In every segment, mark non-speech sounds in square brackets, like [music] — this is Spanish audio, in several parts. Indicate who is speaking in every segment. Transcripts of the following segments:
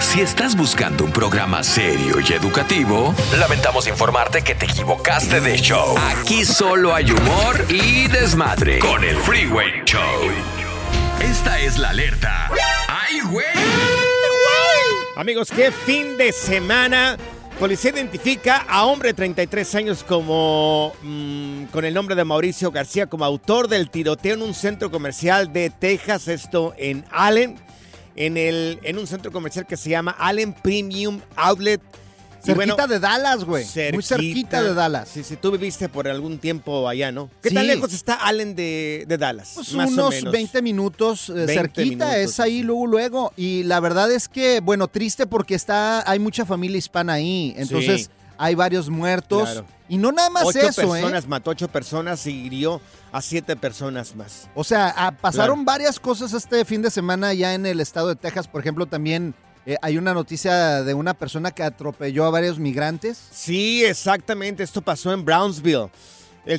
Speaker 1: Si estás buscando un programa serio y educativo, lamentamos informarte que te equivocaste de show. Aquí solo hay humor y desmadre con el Freeway Show. Esta es la alerta. ¡Ay, güey!
Speaker 2: Amigos, qué fin de semana. Policía identifica a hombre de 33 años como mmm, con el nombre de Mauricio García como autor del tiroteo en un centro comercial de Texas, esto en Allen en, el, en un centro comercial que se llama Allen Premium Outlet.
Speaker 3: Cerquita de Dallas, güey. Muy cerquita de Dallas.
Speaker 2: Si, tú viviste por algún tiempo allá, ¿no? ¿Qué tan
Speaker 3: Sí.
Speaker 2: lejos está Allen de, de Dallas?
Speaker 3: Pues
Speaker 2: Más o
Speaker 3: unos
Speaker 2: menos.
Speaker 3: 20 minutos eh,
Speaker 2: 20
Speaker 3: cerquita,
Speaker 2: minutos.
Speaker 3: es ahí luego, luego. Y la verdad es que, bueno, triste porque está, hay mucha familia hispana ahí. Entonces,
Speaker 2: Sí.
Speaker 3: hay varios muertos.
Speaker 2: Claro.
Speaker 3: Y no nada más
Speaker 2: Ocho
Speaker 3: eso, ¿eh?
Speaker 2: personas, mató ocho personas y hirió a siete personas más.
Speaker 3: O sea, ah, pasaron varias cosas este fin de semana ya en el estado de Texas. Por ejemplo, también eh, hay una noticia de una persona que atropelló a varios migrantes.
Speaker 2: Sí, exactamente. Esto pasó en Brownsville. El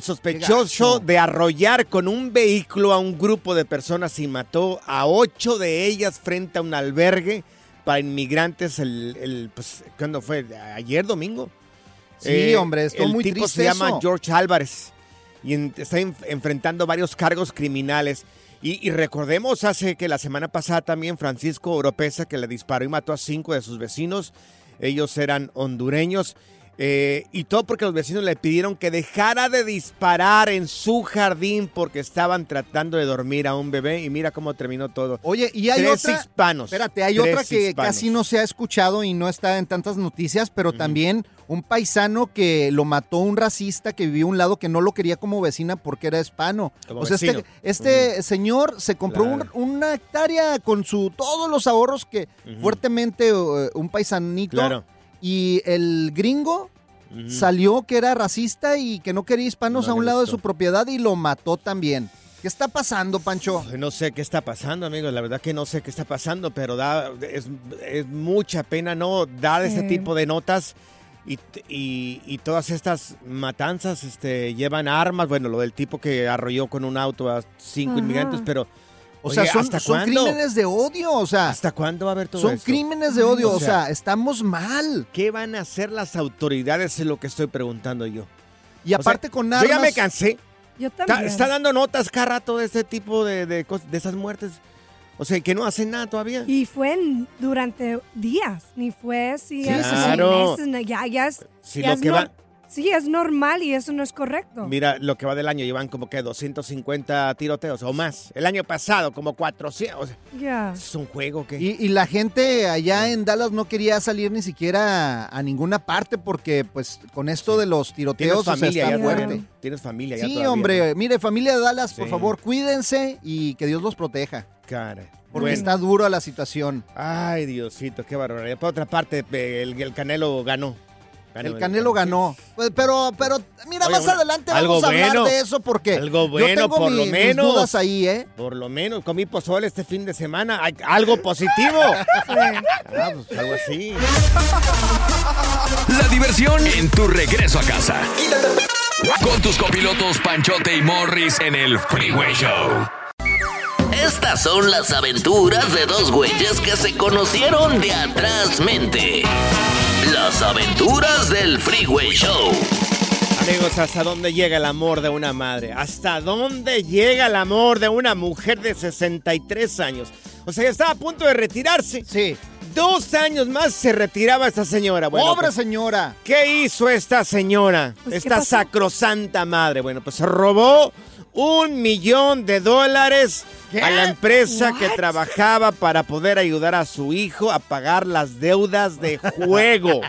Speaker 3: Qué
Speaker 2: sospechoso
Speaker 3: gacho.
Speaker 2: de arrollar con un vehículo a un grupo de personas y mató a ocho de ellas frente a un albergue para inmigrantes el, el, pues, ¿cuándo fue? ¿Ayer domingo?
Speaker 3: Sí, hombre, estuvo muy
Speaker 2: El tipo
Speaker 3: triste
Speaker 2: se llama
Speaker 3: eso.
Speaker 2: George Álvarez y en- está en- enfrentando varios cargos criminales. Y, y recordemos hace que la semana pasada también Francisco Oropesa que le disparó y mató a cinco de sus vecinos. Ellos eran hondureños. eh, y todo porque los vecinos le pidieron que dejara de disparar en su jardín porque estaban tratando de dormir a un bebé. Y mira cómo terminó todo.
Speaker 3: Oye, y hay
Speaker 2: Tres
Speaker 3: otra.
Speaker 2: hispanos.
Speaker 3: Espérate, hay
Speaker 2: Tres
Speaker 3: otra que
Speaker 2: hispanos.
Speaker 3: casi no se ha escuchado y no está en tantas noticias, pero también un paisano que lo mató un racista que vivía a un lado que no lo quería como vecina porque era hispano.
Speaker 2: Como
Speaker 3: o sea,
Speaker 2: vecino.
Speaker 3: este, este señor se compró un-
Speaker 2: Claro.
Speaker 3: una hectárea con su todos los ahorros que
Speaker 2: Ujú.
Speaker 3: fuertemente eh, un paisanito
Speaker 2: Claro.
Speaker 3: y el gringo
Speaker 2: Ujú.
Speaker 3: salió que era racista y que no quería hispanos a
Speaker 2: No le
Speaker 3: un lado de
Speaker 2: gustó.
Speaker 3: su propiedad y lo mató también. ¿Qué está pasando, Pancho?
Speaker 2: Pues No sé qué está pasando, amigos. La verdad que no sé qué está pasando, pero da, es, es mucha pena no dar ese tipo de notas. Y, t- y- y todas estas matanzas este, llevan armas. Bueno, lo del tipo que arrolló con un auto a cinco inmigrantes, pero.
Speaker 3: O sea,
Speaker 2: oye,
Speaker 3: son,
Speaker 2: ¿hasta
Speaker 3: son
Speaker 2: cuándo?
Speaker 3: crímenes de odio, o sea,
Speaker 2: ¿Hasta cuándo va a haber todo
Speaker 3: son
Speaker 2: esto?
Speaker 3: crímenes de odio,
Speaker 2: O
Speaker 3: o
Speaker 2: sea-
Speaker 3: sea, estamos mal.
Speaker 2: ¿Qué van a hacer las autoridades? Es lo que estoy preguntando yo.
Speaker 3: Y
Speaker 2: O sea,
Speaker 3: aparte con
Speaker 2: Yo
Speaker 3: armas,
Speaker 2: ya me cansé.
Speaker 4: Yo
Speaker 2: Está,
Speaker 4: también.
Speaker 2: está dando notas cada rato de este tipo de, de, cos- de esas muertes. O sea, que no hacen nada todavía.
Speaker 4: Y fue en- durante días, ni fue si
Speaker 2: Sí,
Speaker 4: hace
Speaker 2: sí,
Speaker 4: seis
Speaker 2: claro.
Speaker 4: meses, no, ya, ya es,
Speaker 2: Si
Speaker 4: ya
Speaker 2: lo
Speaker 4: es
Speaker 2: que
Speaker 4: nor-
Speaker 2: va-
Speaker 4: sí, es normal y eso no es correcto.
Speaker 2: Mira, lo que va del año llevan como que 250 tiroteos o más. El año pasado como 400. O sea,
Speaker 4: Ya.
Speaker 2: es un juego que...
Speaker 3: Y, y la gente allá en Dallas no quería salir ni siquiera a ninguna parte porque, pues, con esto de los
Speaker 2: tienes
Speaker 3: tiroteos o sea,
Speaker 2: familia
Speaker 3: está
Speaker 2: ya
Speaker 4: todavía,
Speaker 3: fuerte.
Speaker 2: ¿no? Tienes familia ya
Speaker 3: Sí,
Speaker 2: todavía,
Speaker 3: hombre,
Speaker 2: ¿no?
Speaker 3: mire, familia de Dallas, por
Speaker 2: Sí.
Speaker 3: favor, cuídense y que Dios los proteja,
Speaker 2: Cara.
Speaker 3: porque
Speaker 2: Bueno.
Speaker 3: está dura la situación.
Speaker 2: Ay, Diosito, qué barbaridad. Por otra parte, pe- el, el Canelo ganó. Ganó
Speaker 3: el Canelo ganó. Pues, pero, pero, mira,
Speaker 2: Oye,
Speaker 3: más
Speaker 2: una-
Speaker 3: adelante
Speaker 2: algo
Speaker 3: vamos a hablar
Speaker 2: bueno.
Speaker 3: de eso porque
Speaker 2: Algo
Speaker 3: yo
Speaker 2: bueno,
Speaker 3: tengo
Speaker 2: por
Speaker 3: mi-
Speaker 2: lo menos.
Speaker 3: mis dudas ahí, ¿eh?
Speaker 2: Por lo menos comí pozole este fin de semana. Ay, algo positivo. Ah, pues, algo así.
Speaker 1: La diversión en tu regreso a casa. Con tus copilotos Panchote y Morris en el Freeway Show.
Speaker 5: Estas son las aventuras de dos güeyes que se conocieron de atrás mente. Las aventuras del Freeway Show.
Speaker 2: Amigos, ¿hasta dónde llega el amor de una madre? ¿Hasta dónde llega el amor de una mujer de 63 años? O sea, que estaba a punto de retirarse.
Speaker 3: Sí.
Speaker 2: Dos años más se retiraba esta señora. Bueno,
Speaker 3: ¡Pobre
Speaker 2: pues,
Speaker 3: señora!
Speaker 2: ¿Qué hizo esta señora?
Speaker 4: Pues, ¿qué
Speaker 2: esta
Speaker 4: pasó?
Speaker 2: sacrosanta madre. Bueno, pues se robó un millón de dólares a la empresa que
Speaker 4: What?
Speaker 2: trabajaba para poder ayudar a su hijo a pagar las deudas
Speaker 4: [laughs]
Speaker 2: de juego.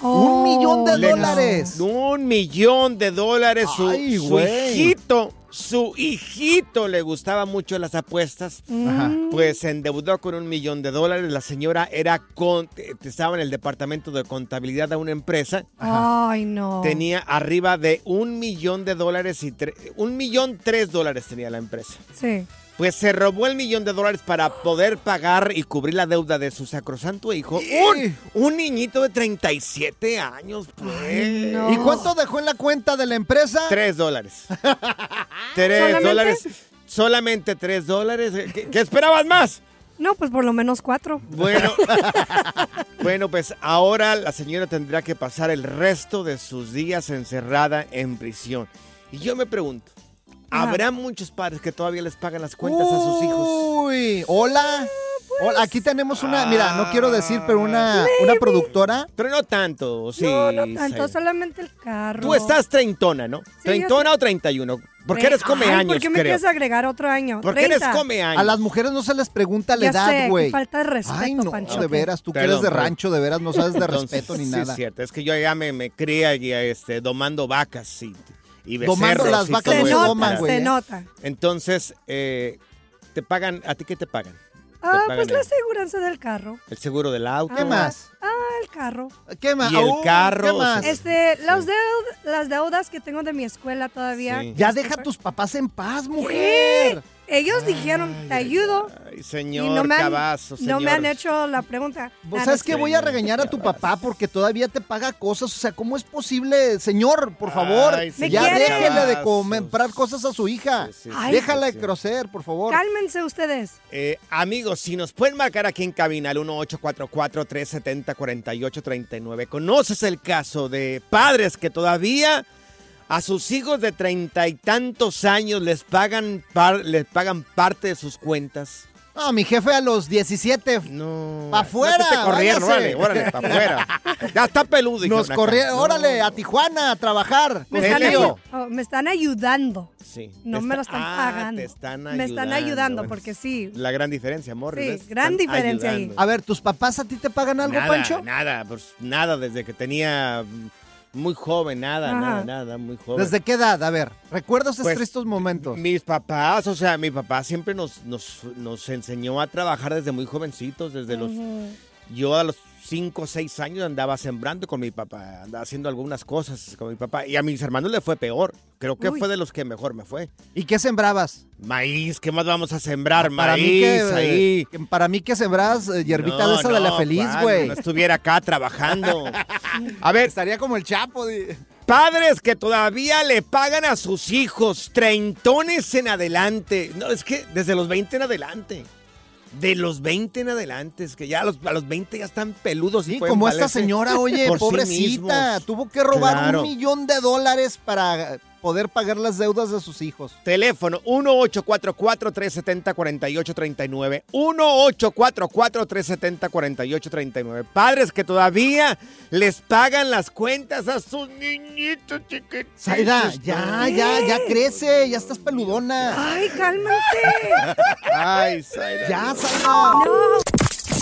Speaker 3: ¡Un millón de
Speaker 2: Le-
Speaker 3: dólares!
Speaker 2: Un millón de dólares. Su,
Speaker 3: Ay,
Speaker 2: su
Speaker 3: güey.
Speaker 2: hijito, su hijito le gustaba mucho las apuestas.
Speaker 4: Mm,
Speaker 3: Mm,
Speaker 2: Pues se endeudó con un millón de dólares. La señora era con- te- estaba en el departamento de contabilidad de una empresa.
Speaker 4: Ay, no.
Speaker 2: Tenía arriba de un millón de dólares y tre- un millón tres dólares tenía la empresa.
Speaker 4: Sí.
Speaker 2: Pues se robó el millón de dólares para poder pagar y cubrir la deuda de su sacrosanto hijo. Un, un niñito de 37 años, pues.
Speaker 4: no.
Speaker 3: ¿Y cuánto dejó en la cuenta de la empresa?
Speaker 4: [laughs]
Speaker 2: Tres dólares. Tres
Speaker 4: ¿Solamente?
Speaker 2: dólares. Solamente tres dólares. ¿Qué, qué esperabas más?
Speaker 4: No, pues por lo menos cuatro. [laughs]
Speaker 2: Bueno, bueno, pues ahora la señora tendrá que pasar el resto de sus días encerrada en prisión. Y yo me pregunto,
Speaker 4: Ajá.
Speaker 2: ¿habrá muchos padres que todavía les pagan las cuentas a sus
Speaker 4: Uh.
Speaker 2: hijos?
Speaker 3: Uy,
Speaker 4: Ah,
Speaker 3: hola.
Speaker 4: pues.
Speaker 3: Hola, Aquí tenemos una, mira, no quiero decir, pero
Speaker 4: Ah.
Speaker 3: una, una productora.
Speaker 2: Pero no tanto, sí.
Speaker 4: no, no tanto,
Speaker 2: Saida.
Speaker 4: solamente el carro.
Speaker 2: Tú estás treintona, ¿no?
Speaker 4: yo
Speaker 2: treintona o treinta y uno. Porque eres come
Speaker 4: Ay,
Speaker 2: años,
Speaker 4: ¿Por qué me
Speaker 2: creo.
Speaker 4: quieres agregar otro año?
Speaker 2: Porque eres
Speaker 4: 30.
Speaker 2: come años.
Speaker 3: A las mujeres no se les pregunta la
Speaker 4: Ya sé,
Speaker 3: edad,
Speaker 4: qué
Speaker 3: güey.
Speaker 4: falta de respeto,
Speaker 3: Ay, no,
Speaker 4: Pancho.
Speaker 3: de veras, tú que
Speaker 2: Perdón,
Speaker 3: eres de
Speaker 2: perdón.
Speaker 3: rancho, de veras, no sabes de
Speaker 2: Entonces,
Speaker 3: respeto ni
Speaker 2: sí,
Speaker 3: nada.
Speaker 2: es cierto. Es que yo ya me, me cría y, este, domando vacas y, y becerros.
Speaker 3: Domando las
Speaker 2: y
Speaker 3: vacas
Speaker 2: todo
Speaker 4: se
Speaker 3: no
Speaker 2: eso.
Speaker 4: nota,
Speaker 3: doman, güey,
Speaker 4: se
Speaker 3: ¿eh?
Speaker 4: nota.
Speaker 2: Entonces, eh, te pagan, ¿a ti qué te pagan?
Speaker 4: Ah,
Speaker 2: pagan
Speaker 4: pues la
Speaker 2: el-
Speaker 4: aseguranza del carro.
Speaker 2: El seguro del auto.
Speaker 3: ¿Qué
Speaker 4: Ah.
Speaker 3: más?
Speaker 4: Ah, el carro.
Speaker 3: ¿Qué más?
Speaker 2: Y el
Speaker 3: Uy,
Speaker 2: carro,
Speaker 3: ¿Qué
Speaker 2: o
Speaker 3: más?
Speaker 2: sea,
Speaker 4: Este, las, deud- las deudas que tengo de mi escuela todavía.
Speaker 2: Sí.
Speaker 3: Ya deja a tus papás en paz, mujer.
Speaker 4: Ellos dijeron, te ayudo.
Speaker 2: Ay,
Speaker 4: Ah, Y
Speaker 2: señor
Speaker 4: no me, han,
Speaker 2: Cavazos,
Speaker 4: no me
Speaker 2: señor.
Speaker 4: han hecho la pregunta.
Speaker 3: Pues
Speaker 4: Ah,
Speaker 3: sabes
Speaker 4: no,
Speaker 3: que voy a regañar a tu papá porque todavía te paga cosas. O sea, ¿cómo es posible, señor? Por favor,
Speaker 2: Ay,
Speaker 4: Me
Speaker 3: ya
Speaker 4: quiere.
Speaker 3: déjele de
Speaker 2: Cavazos.
Speaker 3: comprar cosas a su hija.
Speaker 2: Sí, sí,
Speaker 4: Ay.
Speaker 3: Déjala
Speaker 2: sí.
Speaker 3: de crecer, por favor.
Speaker 4: Cálmense ustedes.
Speaker 2: Eh, amigos, si nos pueden marcar aquí en cabina al 1844-370-4839, ¿conoces el caso de padres que todavía a sus hijos de treinta y tantos años les pagan, par- les pagan parte de sus cuentas?
Speaker 3: No, mi jefe a los 17
Speaker 2: No.
Speaker 3: Pa' afuera,
Speaker 2: No, que te corrieron,
Speaker 3: váyase.
Speaker 2: órale, órale, para afuera. [laughs] Ya está peludo. dijeron
Speaker 3: nos
Speaker 2: acá.
Speaker 3: corrieron.
Speaker 2: No.
Speaker 3: Órale, a Tijuana a trabajar.
Speaker 4: Me
Speaker 2: ¿En
Speaker 4: están, ayu-
Speaker 2: serio?
Speaker 4: oh, me están ayudando.
Speaker 2: Sí.
Speaker 4: No
Speaker 2: Te
Speaker 4: me
Speaker 2: está-
Speaker 4: lo están
Speaker 2: Ah,
Speaker 4: pagando.
Speaker 2: te están
Speaker 4: Me están
Speaker 2: ayudando,
Speaker 4: ayudando,
Speaker 2: bueno.
Speaker 4: porque sí.
Speaker 2: La gran diferencia, amor.
Speaker 4: Sí,
Speaker 2: ¿ves?
Speaker 4: gran
Speaker 2: Están
Speaker 4: diferencia ahí.
Speaker 2: ayudando.
Speaker 3: A ver, ¿tus papás a ti te pagan algo,
Speaker 2: nada,
Speaker 3: Pancho?
Speaker 2: Nada, pues nada, desde que tenía mm, muy joven, nada,
Speaker 4: Ajá.
Speaker 2: nada, nada, muy joven.
Speaker 3: ¿Desde qué edad? A ver, recuerda esos
Speaker 2: Pues,
Speaker 3: tristes momentos.
Speaker 2: mis papás, o sea, mi papá siempre nos, nos, nos enseñó a trabajar desde muy jovencitos, desde los... Yo a los 5 o 6 años andaba sembrando con mi papá, andaba haciendo algunas cosas con mi papá, y a mis hermanos le fue peor. Creo que
Speaker 4: Uy.
Speaker 2: fue de los que mejor me fue.
Speaker 3: ¿Y qué sembrabas?
Speaker 2: Maíz, ¿qué más vamos a sembrar?
Speaker 3: Ah, Para
Speaker 2: Maíz,
Speaker 3: mí que,
Speaker 2: ahí.
Speaker 3: que- para mí que sembrabas eh, hierbita de
Speaker 2: No,
Speaker 3: esa de la
Speaker 2: no,
Speaker 3: feliz,
Speaker 2: cuál,
Speaker 3: güey.
Speaker 2: No estuviera acá
Speaker 3: [laughs]
Speaker 2: trabajando. A ver,
Speaker 3: Estaría como el Chapo. di-
Speaker 2: Padres que todavía le pagan a sus hijos treintones en adelante. No, es que desde los 20 en adelante. De los 20 en adelante, es que ya a los, a los 20 ya están peludos. y
Speaker 3: Sí,
Speaker 2: pueden
Speaker 3: como esta
Speaker 2: valerse
Speaker 3: señora, oye,
Speaker 2: por sí
Speaker 3: pobrecita,
Speaker 2: mismos.
Speaker 3: tuvo que robar
Speaker 2: Claro.
Speaker 3: un millón de dólares para poder pagar las deudas de sus hijos.
Speaker 2: Teléfono 1-844-370-4839. 1-844-370-4839. Padres que todavía les pagan las cuentas a sus niñitos chiquititos. pues,
Speaker 3: Zaida, ya, ya, ya crece, ya estás peludona.
Speaker 4: Ay,
Speaker 3: [laughs]
Speaker 4: cálmense.
Speaker 2: Ay, Zaida.
Speaker 3: Ya, Zaida.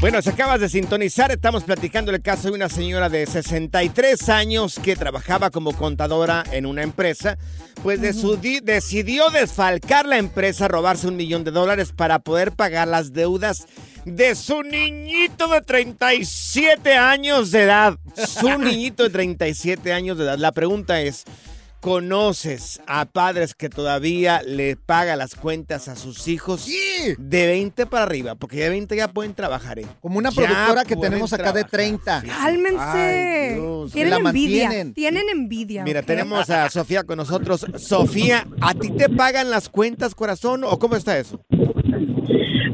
Speaker 2: Bueno, si acabas de sintonizar, estamos platicando el caso de una señora de 63 años que trabajaba como contadora en una empresa, pues de su- di- decidió desfalcar la empresa, robarse un millón de dólares para poder pagar las deudas de su niñito de 37 años de edad. Su niñito de 37 años de edad. La pregunta es, ¿Conoces a padres que todavía le paga las cuentas a sus hijos de 20 para arriba? Porque de 20 ya pueden trabajar, ¿eh?
Speaker 3: Como una
Speaker 2: Ya
Speaker 3: productora que
Speaker 2: pueden
Speaker 3: tenemos acá de
Speaker 2: trabajar.
Speaker 3: 30.
Speaker 2: Ay,
Speaker 4: Cálmense.
Speaker 2: Dios,
Speaker 4: Tienen
Speaker 3: la mantienen.
Speaker 4: envidia. Tienen envidia.
Speaker 2: Mira,
Speaker 4: ¿ok?
Speaker 2: tenemos a Sofía con nosotros. Sofía, ¿a ti te pagan las cuentas, corazón? ¿O cómo está eso?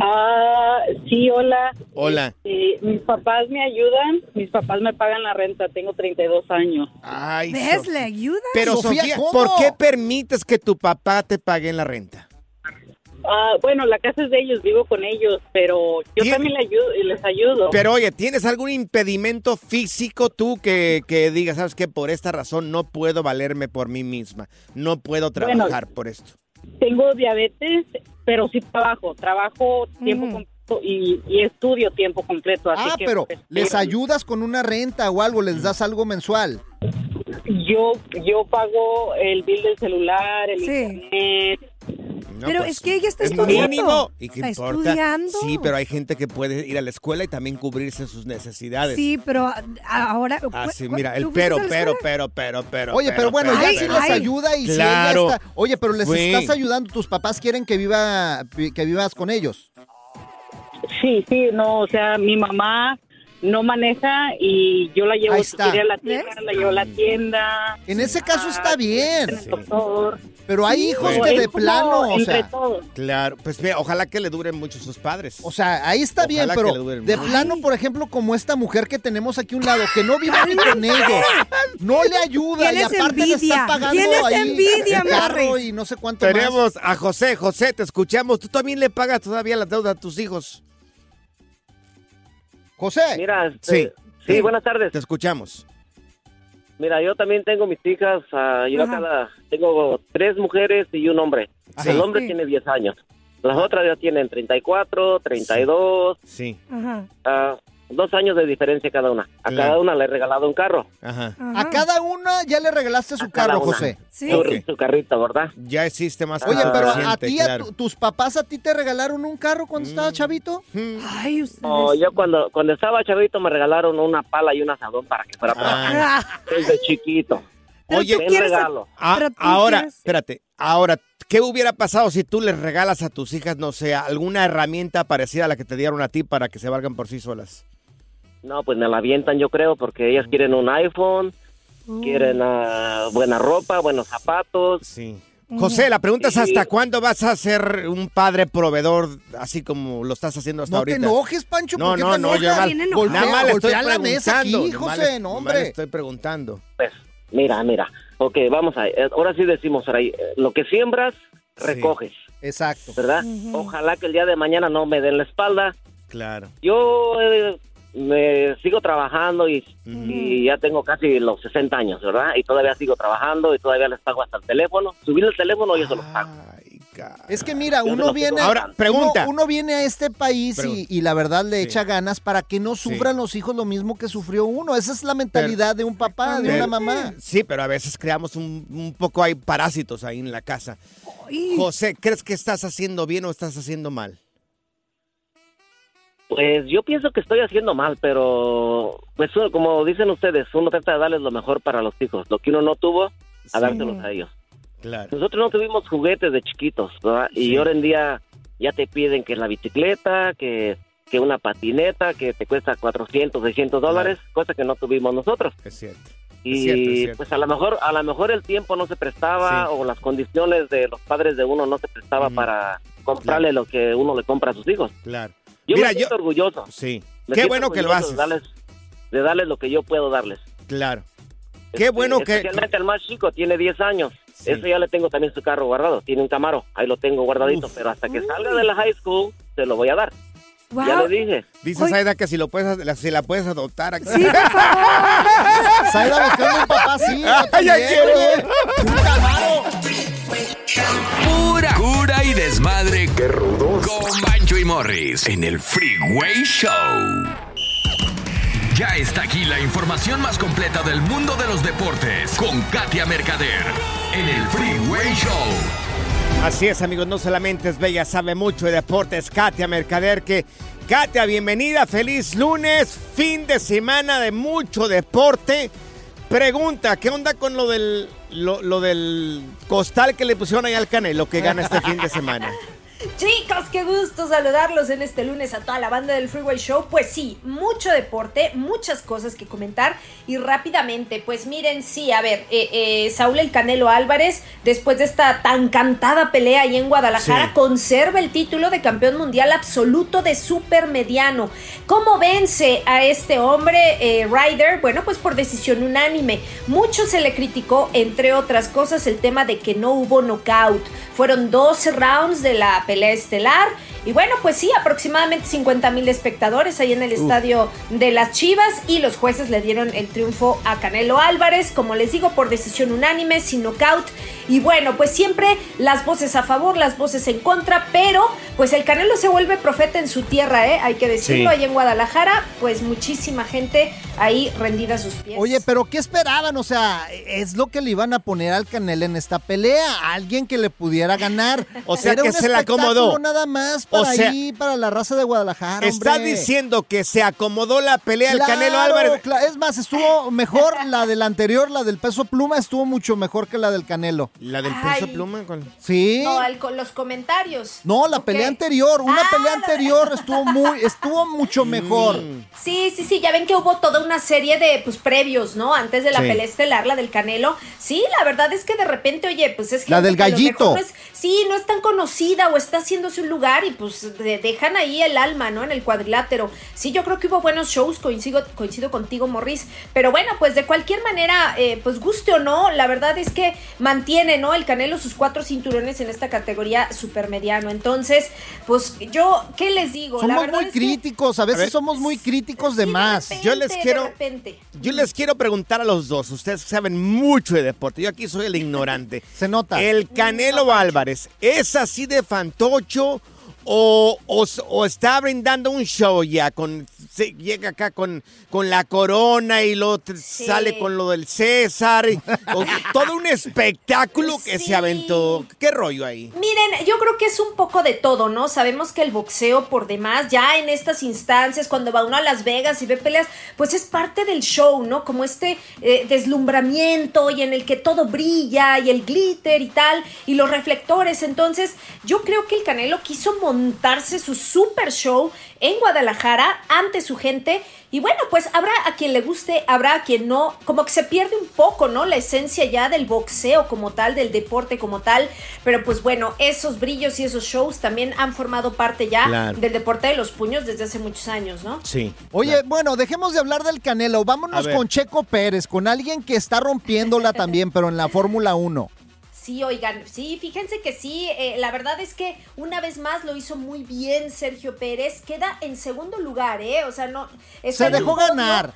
Speaker 6: Ah, sí, hola.
Speaker 2: Hola.
Speaker 6: Eh, mis papás me ayudan, mis papás me pagan la renta, tengo 32 años.
Speaker 2: Ay,
Speaker 4: ¿Ves?
Speaker 2: Sofía.
Speaker 4: ¿Le ayuda?
Speaker 2: Pero
Speaker 3: Sofía,
Speaker 2: Sofía,
Speaker 3: ¿cómo?
Speaker 2: ¿por qué permites que tu papá te pague la renta?
Speaker 6: Ah, bueno, la casa es de ellos, vivo con ellos, pero yo
Speaker 2: Bien.
Speaker 6: también les ayudo. Les ayudo.
Speaker 2: Pero oye, ¿tienes algún impedimento físico tú que, que digas, sabes que por esta razón no puedo valerme por mí misma? No puedo
Speaker 6: Bueno.
Speaker 2: trabajar por esto.
Speaker 6: Tengo diabetes, pero sí trabajo, trabajo tiempo
Speaker 4: Mm.
Speaker 6: completo y, y estudio tiempo completo. Así
Speaker 3: Ah,
Speaker 6: que,
Speaker 3: pero
Speaker 6: pues,
Speaker 3: les
Speaker 6: pero
Speaker 3: ayudas con una renta o algo,
Speaker 2: Mm.
Speaker 3: les das algo mensual.
Speaker 6: Yo, yo pago el bill del celular, el
Speaker 4: Sí.
Speaker 6: internet.
Speaker 2: No, pues,
Speaker 4: Pero es que ella está estudiando.
Speaker 2: mínimo. ¿Y qué
Speaker 4: Está
Speaker 2: importa?
Speaker 4: estudiando.
Speaker 2: Sí, pero hay gente que puede ir a la escuela y también cubrirse sus necesidades.
Speaker 4: Sí, pero a- ahora.
Speaker 2: Ah,
Speaker 4: ¿cu-
Speaker 2: sí,
Speaker 4: cu-
Speaker 2: mira, el
Speaker 4: tú fuiste
Speaker 2: pero,
Speaker 4: a la
Speaker 2: pero,
Speaker 4: escuela?
Speaker 2: pero, pero, pero.
Speaker 3: Oye, pero bueno, ya
Speaker 4: ay,
Speaker 3: si
Speaker 2: pero.
Speaker 3: les
Speaker 4: ay.
Speaker 3: ayuda y si
Speaker 2: Claro.
Speaker 3: ella está... Oye, pero les
Speaker 2: Sí.
Speaker 3: estás ayudando, tus papás quieren que viva que vivas con ellos.
Speaker 6: Sí, sí, no, o sea, mi mamá no maneja y yo la llevo
Speaker 3: Ahí
Speaker 6: a
Speaker 3: está.
Speaker 6: a la tienda,
Speaker 4: ¿Ves?
Speaker 6: la llevo a la tienda.
Speaker 3: En ese caso
Speaker 6: Ah,
Speaker 3: está bien,
Speaker 6: en el doctor.
Speaker 3: pero hay hijos
Speaker 2: Bueno.
Speaker 3: que
Speaker 6: Es
Speaker 3: de
Speaker 6: como
Speaker 3: plano, o
Speaker 6: entre
Speaker 3: sea,
Speaker 6: todos.
Speaker 2: Claro, pues mira, ojalá que le duren mucho sus padres.
Speaker 3: o sea, ahí está
Speaker 2: Ojalá
Speaker 3: bien,
Speaker 2: que le
Speaker 3: pero
Speaker 2: duren
Speaker 3: de
Speaker 2: mucho.
Speaker 3: plano, por ejemplo, como esta mujer que tenemos aquí a un lado, que no vive ni con ellos, no le ayuda y
Speaker 4: Tienes
Speaker 3: aparte le está
Speaker 4: envidia,
Speaker 3: pagando
Speaker 4: tienes
Speaker 3: ahí
Speaker 4: envidia,
Speaker 3: el carro
Speaker 4: Morris.
Speaker 3: y no sé cuánto más.
Speaker 2: Tenemos a José, José, te escuchamos. Tú también le pagas todavía las deudas a tus hijos.
Speaker 3: José,
Speaker 7: Mira, este,
Speaker 2: Sí.
Speaker 7: sí.
Speaker 2: Sí.
Speaker 7: buenas tardes.
Speaker 2: Te escuchamos.
Speaker 7: Mira, yo también tengo mis hijas. ah, yo
Speaker 4: Ajá.
Speaker 7: cada, tengo tres mujeres y un hombre.
Speaker 2: Sí.
Speaker 7: El hombre
Speaker 4: Sí.
Speaker 7: tiene 10 años. Las otras ya tienen 34, 32,
Speaker 2: Sí,
Speaker 4: Ajá,
Speaker 7: ah, dos años de diferencia cada una. A
Speaker 2: Claro.
Speaker 7: cada una le he regalado un carro.
Speaker 2: ajá.
Speaker 4: ajá.
Speaker 3: a cada una ya le regalaste su
Speaker 7: A cada
Speaker 3: carro,
Speaker 7: una.
Speaker 3: José.
Speaker 4: Sí.
Speaker 7: Su,
Speaker 2: Ok.
Speaker 7: su carrito, ¿verdad?
Speaker 2: Ya existe más. que
Speaker 3: Oye, pero a
Speaker 2: Ah, suficiente,
Speaker 3: ti, a
Speaker 2: claro. Mm,
Speaker 3: tu- tus papás, ¿a ti te regalaron un carro cuando estabas chavito?
Speaker 4: Ay, ustedes.
Speaker 7: No, yo cuando, cuando estaba chavito me regalaron una pala y un asadón para que fuera para
Speaker 2: Ah,
Speaker 3: [laughs]
Speaker 4: Ah,
Speaker 7: desde chiquito.
Speaker 4: pero
Speaker 2: Oye,
Speaker 4: tú
Speaker 7: el
Speaker 4: quieres-
Speaker 7: regalo.
Speaker 2: ah,
Speaker 4: [laughs] pero tú
Speaker 2: ahora,
Speaker 4: quieres-
Speaker 2: espérate, ahora, ¿qué hubiera pasado si tú les regalas a tus hijas, no sé, alguna herramienta parecida a la que te dieron a ti para que se valgan por sí solas?
Speaker 7: No, pues me la avientan yo creo porque ellas quieren un iPhone,
Speaker 3: Oh.
Speaker 7: quieren ah, buena ropa, buenos zapatos.
Speaker 2: Sí. José, la pregunta es
Speaker 7: Sí.
Speaker 2: hasta cuándo vas a ser un padre proveedor así como lo estás haciendo hasta
Speaker 3: No
Speaker 2: ahorita.
Speaker 3: te enojes, Pancho,
Speaker 2: No,
Speaker 3: ¿por qué
Speaker 2: no,
Speaker 3: te
Speaker 2: no,
Speaker 3: enojas?
Speaker 2: yo
Speaker 4: Está bien enojado.
Speaker 3: golpea,
Speaker 2: nada más le estoy
Speaker 3: golpea la mesa aquí,
Speaker 2: preguntando. nomás le-
Speaker 3: José, no,
Speaker 2: nomás
Speaker 3: hombre.
Speaker 2: le estoy preguntando.
Speaker 7: Pues, mira, mira. Ok, vamos a. eh, Ahora sí decimos, Saray, eh, lo que siembras,
Speaker 2: Sí.
Speaker 7: recoges,
Speaker 3: Exacto.
Speaker 7: ¿verdad?
Speaker 4: Ujú.
Speaker 7: Ojalá que el día de mañana no me den la espalda.
Speaker 2: Claro.
Speaker 7: Yo eh, me sigo trabajando y, y ya tengo casi los 60 años, ¿verdad? Y todavía sigo trabajando y todavía les pago hasta el teléfono. Subir el teléfono yo se los pago.
Speaker 2: Ay, cara.
Speaker 3: Es que mira,
Speaker 7: Yo
Speaker 3: uno
Speaker 7: no
Speaker 3: viene,
Speaker 7: quiero-
Speaker 2: Ahora, pregunta.
Speaker 3: Uno, uno viene a este país y,
Speaker 2: Pregunta.
Speaker 3: y la verdad le
Speaker 2: Sí.
Speaker 3: echa ganas para que no
Speaker 2: Sí.
Speaker 3: sufran los hijos lo mismo que sufrió uno. Esa es la mentalidad de un papá, de
Speaker 2: Pero-
Speaker 3: una mamá.
Speaker 2: Eh, Sí, pero a veces creamos un, un poco hay parásitos ahí en la casa.
Speaker 4: Ay,
Speaker 2: José, ¿crees que estás haciendo bien o estás haciendo mal?
Speaker 7: Pues yo pienso que estoy haciendo mal, pero pues uno, como dicen ustedes, uno trata de darles lo mejor para los hijos. Lo que uno no tuvo, a
Speaker 2: Sí.
Speaker 7: dárselos a ellos.
Speaker 2: Claro.
Speaker 7: Nosotros no tuvimos juguetes de chiquitos, ¿verdad?
Speaker 2: Sí.
Speaker 7: Y ahora en día ya te piden que la bicicleta, que, que una patineta, que te cuesta 400, 600 dólares, cosa que no tuvimos nosotros.
Speaker 2: Es cierto.
Speaker 7: Y
Speaker 2: cierto, es cierto.
Speaker 7: pues a lo mejor a lo mejor el tiempo no se prestaba
Speaker 2: Sí.
Speaker 7: o las condiciones de los padres de uno no se prestaba
Speaker 2: Ujú.
Speaker 7: para comprarle lo que uno le compra a sus hijos.
Speaker 2: Claro.
Speaker 7: Yo
Speaker 2: Mira,
Speaker 7: me siento
Speaker 2: yo-
Speaker 7: orgulloso.
Speaker 2: Sí.
Speaker 7: Me
Speaker 2: Qué
Speaker 7: siento
Speaker 2: bueno que lo
Speaker 7: orgulloso
Speaker 2: haces.
Speaker 7: De darles, de darles lo que yo puedo darles.
Speaker 2: Claro. Qué
Speaker 7: Este,
Speaker 2: bueno que.
Speaker 7: Especialmente el más chico, tiene 10 años.
Speaker 2: Sí.
Speaker 7: Ese ya le tengo también su carro guardado. Tiene un Camaro, ahí lo tengo guardadito.
Speaker 2: Uf.
Speaker 7: Pero hasta que salga de la high school, se lo voy a dar.
Speaker 4: wow.
Speaker 7: Ya le dije.
Speaker 2: Dice
Speaker 4: Oye.
Speaker 2: Zaida que si lo puedes, la- si la puedes adoptar. aquí.
Speaker 4: Sí, por favor.
Speaker 2: [laughs]
Speaker 3: Saida buscando un papá así. yo también, oye.
Speaker 1: Pura cura y desmadre. Qué rudos. Con Bancho y Morris en el Freeway Show. Ya está aquí la información más completa del mundo de los deportes con Katia Mercader en el Freeway Show.
Speaker 2: Así es, amigos. No solamente es bella, sabe mucho de deportes. Katia Mercader, que. Katia, bienvenida. Feliz lunes. Fin de semana de mucho deporte. Pregunta, ¿qué onda con lo del lo, lo del costal que le pusieron ahí al Canelo que gana este fin de semana.
Speaker 8: Chicos, qué gusto saludarlos en este lunes a toda la banda del Freeway Show. Pues sí, mucho deporte, muchas cosas que comentar y rápidamente, pues miren, sí, a ver, eh, eh, Saúl El Canelo Álvarez, después de esta tan cantada pelea ahí en Guadalajara,
Speaker 9: Sí.
Speaker 8: conserva el título de campeón mundial absoluto de supermediano. ¿Cómo vence a este hombre, eh, Ryder? Bueno, pues por decisión unánime. Mucho se le criticó, entre otras cosas, el tema de que no hubo knockout. Fueron 12 rounds de la pelea estelar. Y bueno, pues sí, aproximadamente 50 mil espectadores ahí en el
Speaker 9: Uf.
Speaker 8: estadio de las Chivas y los jueces le dieron el triunfo a Canelo Álvarez, como les digo, por decisión unánime, sin nocaut. Y bueno, pues siempre las voces a favor, las voces en contra, pero pues el Canelo se vuelve profeta en su tierra, ¿eh? hay que decirlo,
Speaker 3: Sí.
Speaker 8: ahí en Guadalajara, pues muchísima gente ahí rendida a sus pies.
Speaker 3: Oye, pero ¿qué esperaban? O sea, es lo que le iban a poner al Canel en esta pelea. Alguien que le pudiera ganar.
Speaker 2: [laughs] O sea,
Speaker 3: Era
Speaker 2: que
Speaker 3: un
Speaker 2: se la
Speaker 3: espectáculo
Speaker 2: acomodó.
Speaker 3: nada más
Speaker 2: O
Speaker 3: para
Speaker 2: sea,
Speaker 3: ahí, para la raza de Guadalajara.
Speaker 2: Estás
Speaker 3: hombre.
Speaker 2: diciendo que se acomodó la pelea del
Speaker 3: Claro,
Speaker 2: Canelo Álvarez.
Speaker 3: cla- Es más, estuvo mejor la de la anterior, la del peso pluma, estuvo mucho mejor que la del Canelo.
Speaker 2: ¿La del
Speaker 8: peso Ay. pluma?
Speaker 3: Sí.
Speaker 8: No, al- con los comentarios. Ah,
Speaker 3: No, la pelea anterior, una pelea
Speaker 8: [laughs]
Speaker 3: anterior estuvo muy, estuvo
Speaker 2: Mm.
Speaker 3: mucho mejor.
Speaker 8: Sí, sí, sí, ya ven que hubo toda una serie de pues previos, ¿no? Antes de la
Speaker 3: Sí.
Speaker 8: pelea estelar, la del Canelo. Sí, la verdad es que de repente, oye, pues es
Speaker 3: La
Speaker 8: gente
Speaker 3: del
Speaker 8: que a lo
Speaker 3: gallito.
Speaker 8: mejor no es- sí, no es tan conocida o está haciéndose un lugar y pues de- dejan ahí el alma, ¿no? En el cuadrilátero. Sí, yo creo que hubo buenos shows, coincido, coincido contigo, Morris. Pero bueno, pues de cualquier manera, eh, pues guste o no, la verdad es que mantiene, ¿no? El Canelo sus cuatro cinturones en esta categoría supermediano. Entonces, pues yo, ¿qué les digo? la
Speaker 3: Somos
Speaker 8: verdad
Speaker 3: muy
Speaker 8: es que-
Speaker 3: críticos, a veces
Speaker 2: ver.
Speaker 3: somos muy críticos de más.
Speaker 2: Yo les
Speaker 8: de
Speaker 2: quiero,
Speaker 8: repente.
Speaker 2: yo les quiero preguntar a los dos. Ustedes saben mucho de deporte. Yo aquí soy el ignorante.
Speaker 3: [laughs] Se nota.
Speaker 2: El Canelo Álvarez, ¿es así de fantocho o, o- o está brindando un show ya? Con, se- llega acá con, con la corona y luego te- sale con lo del César. y-
Speaker 8: [laughs]
Speaker 2: o- todo un espectáculo que se aventó. ¿Qué rollo ahí?
Speaker 8: Miren, yo creo que es un poco de todo, ¿no? Sabemos que el boxeo por demás, ya en estas instancias, cuando va uno a Las Vegas y ve peleas, pues es parte del show, ¿no? Como este eh, deslumbramiento y en el que todo brilla y el glitter y tal, y los reflectores. Entonces, yo creo que el Canelo quiso montarse su super show en Guadalajara ante su gente. Y bueno, pues habrá a quien le guste, habrá a quien no. Como que se pierde un poco, ¿no? La esencia ya del boxeo como tal, del deporte como tal. Pero pues bueno, esos brillos y esos shows también han formado parte ya
Speaker 3: Claro.
Speaker 8: del deporte de los puños desde hace muchos años, ¿no?
Speaker 2: Sí.
Speaker 3: Oye, bueno, dejemos de hablar del Canelo,
Speaker 2: A
Speaker 3: vámonos
Speaker 2: ver.
Speaker 3: con Checo Pérez, con alguien que está rompiéndola también, pero en la Fórmula 1.
Speaker 8: Sí, oigan, sí, fíjense que sí, eh, la verdad es que una vez más lo hizo muy bien Sergio Pérez, queda en segundo lugar, ¿eh? O sea, no... está
Speaker 3: Se
Speaker 8: en
Speaker 3: dejó
Speaker 8: un podio.
Speaker 3: ganar.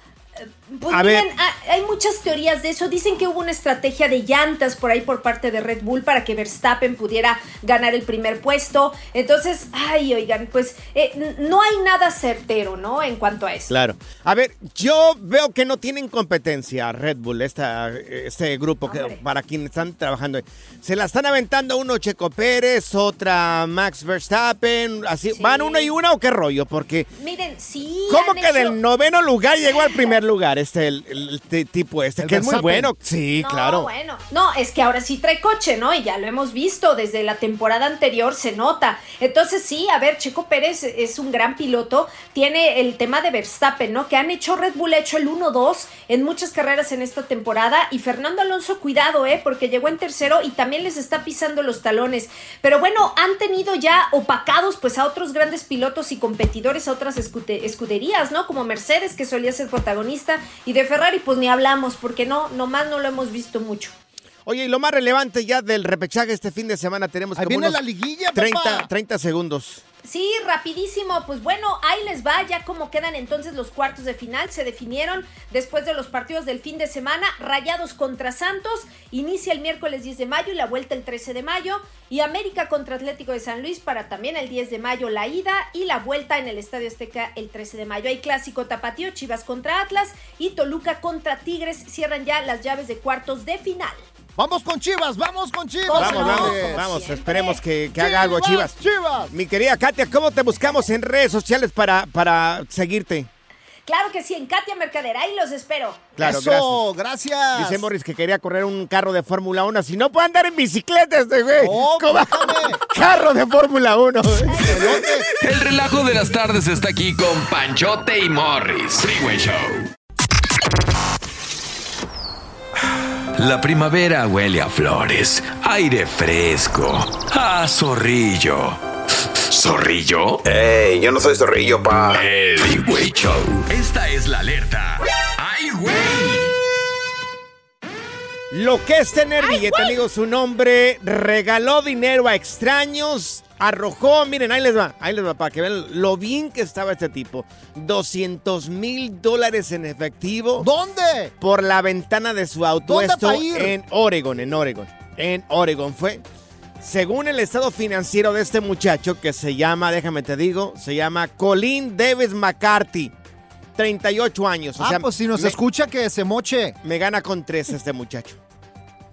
Speaker 8: Pues
Speaker 2: A
Speaker 8: miren,
Speaker 2: ver.
Speaker 8: ha- hay muchas teorías de eso. Dicen que hubo una estrategia de llantas por ahí por parte de Red Bull para que Verstappen pudiera ganar el primer puesto. Entonces, ay, oigan, pues eh, n- no hay nada certero, ¿no? En cuanto a eso.
Speaker 2: Claro. A ver, yo veo que no tienen competencia Red Bull, esta, este grupo que, para quien están trabajando. Se la están aventando uno Checo Pérez, otra Max Verstappen, así. ¿Van una y una o qué rollo? Porque,
Speaker 8: Miren, sí.
Speaker 2: ¿cómo
Speaker 8: han
Speaker 2: que
Speaker 8: hecho-
Speaker 2: del noveno lugar llegó al
Speaker 8: [laughs]
Speaker 2: primer lugar este, el, el- el t- tipo este?
Speaker 3: El
Speaker 2: que es muy
Speaker 3: Verstappen.
Speaker 2: bueno. Sí,
Speaker 8: No,
Speaker 2: claro.
Speaker 8: bueno. No, es que ahora sí trae coche, ¿no? Y ya lo hemos visto desde la temporada anterior, se nota. Entonces, sí, a ver, Checo Pérez es un gran piloto. Tiene el tema de Verstappen, ¿no? Que han hecho Red Bull, ha hecho el 1-2 en muchas carreras en esta temporada. Y Fernando Alonso, cuidado, ¿eh? Porque llegó en tercero y también les está pisando los talones. Pero bueno, han tenido ya opacados, pues, a otros grandes pilotos y competidores, a otras escute- escuderías, ¿no? Como Mercedes, que solía ser protagonista. Y de Ferrari, pues, ni hablamos, porque no, nomás no lo hemos visto mucho.
Speaker 2: Oye, y lo más relevante ya del repechaje este fin de semana tenemos
Speaker 3: Ahí
Speaker 2: como
Speaker 3: viene
Speaker 2: unos
Speaker 3: la liguilla,
Speaker 2: 30,
Speaker 3: papá.
Speaker 2: 30 segundos.
Speaker 8: Sí, rapidísimo. Pues bueno, ahí les va ya cómo quedan entonces los cuartos de final. Se definieron después de los partidos del fin de semana. Rayados contra Santos. Inicia el miércoles 10 de mayo y la vuelta el 13 de mayo. Y América contra Atlético de San Luis para también el 10 de mayo la ida y la vuelta en el Estadio Azteca el 13 de mayo. Hay clásico tapatío, Chivas contra Atlas y Toluca contra Tigres. Cierran ya las llaves de cuartos de final.
Speaker 3: Vamos con Chivas, vamos con Chivas.
Speaker 2: Vamos, vamos,
Speaker 8: pues
Speaker 3: señores.
Speaker 2: vamos, esperemos que, que haga algo Chivas.
Speaker 3: Chivas.
Speaker 2: Mi querida Katia, ¿cómo te buscamos en redes sociales para, para seguirte?
Speaker 8: Claro que sí, en Katia Mercader. Ahí los espero.
Speaker 2: Claro,
Speaker 3: Eso, gracias.
Speaker 2: Dice Morris que quería correr un carro de Fórmula 1. Si no puede andar en bicicleta este güey.
Speaker 3: Oh,
Speaker 2: ¿Cómo? [laughs] carro de Fórmula 1.
Speaker 1: El relajo de las tardes está aquí con Panchote y Morris. Freeway Show. La primavera huele a flores, aire fresco, a zorrillo. ¿Zorrillo?
Speaker 9: Ey, yo no soy zorrillo, pa.
Speaker 1: El Freeway Show. Esta es la alerta. ¡Ay, güey!
Speaker 2: Lo que es tener billete, amigos. Un hombre regaló dinero a extraños, arrojó, miren, ahí les va, ahí les va, para que vean lo bien que estaba este tipo. 200 mil dólares en efectivo.
Speaker 3: ¿Dónde?
Speaker 2: Por la ventana de su auto.
Speaker 3: ¿Dónde
Speaker 2: Esto
Speaker 3: pa' ir?
Speaker 2: en Oregon, en Oregon. En Oregon fue. Según el estado financiero de este muchacho, que se llama, déjame te digo, se llama Colin Davis McCarthy. 38 años. o
Speaker 3: ah,
Speaker 2: sea,
Speaker 3: pues si nos
Speaker 2: me-
Speaker 3: escucha que se moche.
Speaker 2: me gana con tres este muchacho.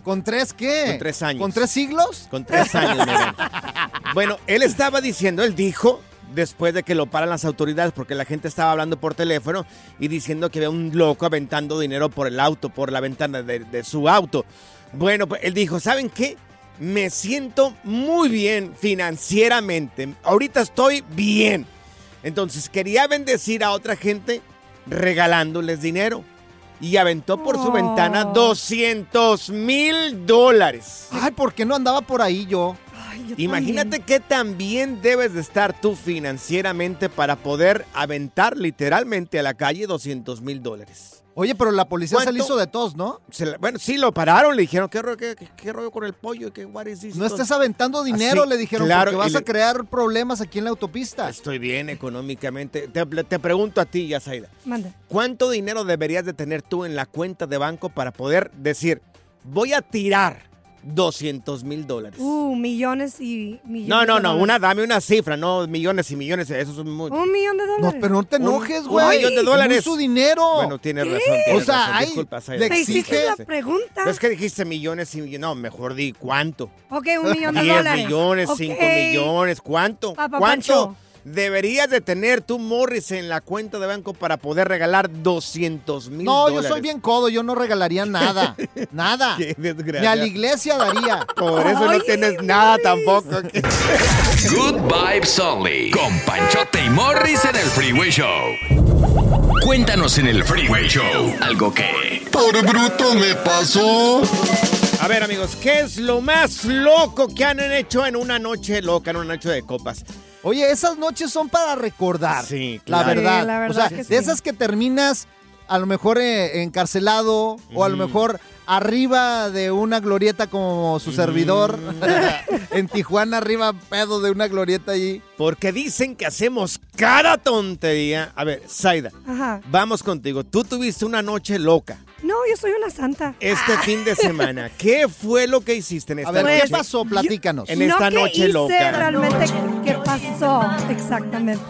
Speaker 3: ¿Con tres qué?
Speaker 2: Con tres años.
Speaker 3: ¿Con tres siglos?
Speaker 2: Con tres años, me gana. Bueno, él estaba diciendo, él dijo, después de que lo paran las autoridades, porque la gente estaba hablando por teléfono y diciendo que había un loco aventando dinero por el auto, por la ventana de, de su auto. Bueno, pues él dijo, ¿saben qué? Me siento muy bien financieramente. Ahorita estoy bien. Entonces quería bendecir a otra gente regalándoles dinero. Y aventó por su
Speaker 4: Oh.
Speaker 2: ventana 200 mil dólares.
Speaker 3: Ay, ¿por qué no andaba por ahí yo?
Speaker 4: Ay, yo
Speaker 2: Imagínate que también debes de estar tú financieramente para poder aventar literalmente a la calle 200 mil dólares.
Speaker 3: Oye, pero la policía se le
Speaker 2: ¿Cuánto?
Speaker 3: hizo de tos, ¿no?
Speaker 2: Se la- bueno, sí, lo pararon, le dijeron, ¿qué rollo, qué- qué- qué rollo con el pollo? ¿Qué, what is this?"
Speaker 3: No estés aventando dinero,
Speaker 2: Así,
Speaker 3: le dijeron,
Speaker 2: Ah, claro,
Speaker 3: porque
Speaker 2: y
Speaker 3: vas a
Speaker 2: le- Pues,
Speaker 3: crear problemas aquí en la autopista.
Speaker 2: Estoy bien económicamente. Te, te pregunto a ti, Yasaida,
Speaker 4: también. Manda.
Speaker 2: ¿cuánto dinero deberías de tener tú en la cuenta de banco para poder decir, voy a tirar 200 mil dólares?
Speaker 4: Uh, millones y millones.
Speaker 2: no, no,
Speaker 4: de
Speaker 2: no,
Speaker 4: dólares.
Speaker 2: una, dame una cifra, no millones y millones, eso es muy...
Speaker 4: Un millón de
Speaker 3: No,
Speaker 4: dólares.
Speaker 3: pero no te enojes,
Speaker 2: Un-
Speaker 3: güey.
Speaker 2: un millón de dólares.
Speaker 3: No es su dinero.
Speaker 2: Bueno, tienes razón. tienes
Speaker 3: O sea,
Speaker 2: razón.
Speaker 3: ay,
Speaker 2: Disculpa, Zaira.
Speaker 3: le
Speaker 4: Te hiciste
Speaker 3: exige-
Speaker 4: la pregunta.
Speaker 2: Pero Es que dijiste millones y millones. No, mejor di cuánto.
Speaker 4: Ok, un millón de
Speaker 2: 10
Speaker 4: dólares.
Speaker 2: millones,
Speaker 4: Ok.
Speaker 2: 5 millones, ¿cuánto?
Speaker 4: Papá
Speaker 2: ¿Cuánto
Speaker 4: Pancho.
Speaker 2: deberías de tener tú, Morris, en la cuenta de banco para poder regalar 200 mil
Speaker 3: no,
Speaker 2: dólares?
Speaker 3: yo soy bien codo, yo no regalaría
Speaker 2: [laughs]
Speaker 3: nada. nada.
Speaker 2: Qué
Speaker 3: Ni a
Speaker 2: desgracia.
Speaker 3: la iglesia daría.
Speaker 2: Por eso no
Speaker 4: Ay,
Speaker 2: tienes nada
Speaker 4: Morris.
Speaker 2: tampoco.
Speaker 1: Good vibes only. Con Panchote y Morris en el Freeway Show. Cuéntanos en el Freeway Show algo que.
Speaker 9: Por bruto me pasó.
Speaker 2: A ver, amigos, ¿qué es lo más loco que han hecho en una noche loca, en una noche de copas?
Speaker 3: Oye, esas noches son para recordar.
Speaker 2: Sí,
Speaker 3: La
Speaker 2: claro.
Speaker 3: verdad.
Speaker 4: Sí, la verdad
Speaker 3: o sea,
Speaker 4: es que
Speaker 3: de
Speaker 4: sí.
Speaker 3: esas que terminas a lo mejor eh, encarcelado o a lo mejor arriba de una glorieta como su
Speaker 2: [laughs]
Speaker 3: servidor. en Tijuana, arriba pedo de una glorieta allí.
Speaker 2: Porque dicen que hacemos cada tontería. A ver, Zaida,
Speaker 4: Ajá.
Speaker 2: vamos contigo. Tú tuviste una noche loca.
Speaker 4: No, yo soy una santa.
Speaker 2: este fin
Speaker 4: [laughs]
Speaker 2: de semana. ¿Qué fue lo que hiciste en esta
Speaker 3: A ver,
Speaker 2: noche?
Speaker 3: ¿qué pasó? Platícanos.
Speaker 2: en esta
Speaker 4: que
Speaker 2: noche
Speaker 4: hice
Speaker 2: loca.
Speaker 4: realmente qué pasó exactamente.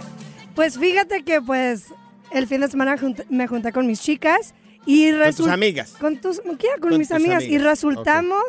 Speaker 4: Pues fíjate que pues el fin de semana junt- me junté con mis chicas y
Speaker 2: Con tus
Speaker 4: resul-
Speaker 2: amigas.
Speaker 4: Con tus ¿qué? con,
Speaker 2: Con
Speaker 4: mis
Speaker 2: tus
Speaker 4: amigas y
Speaker 2: amigas,
Speaker 4: resultamos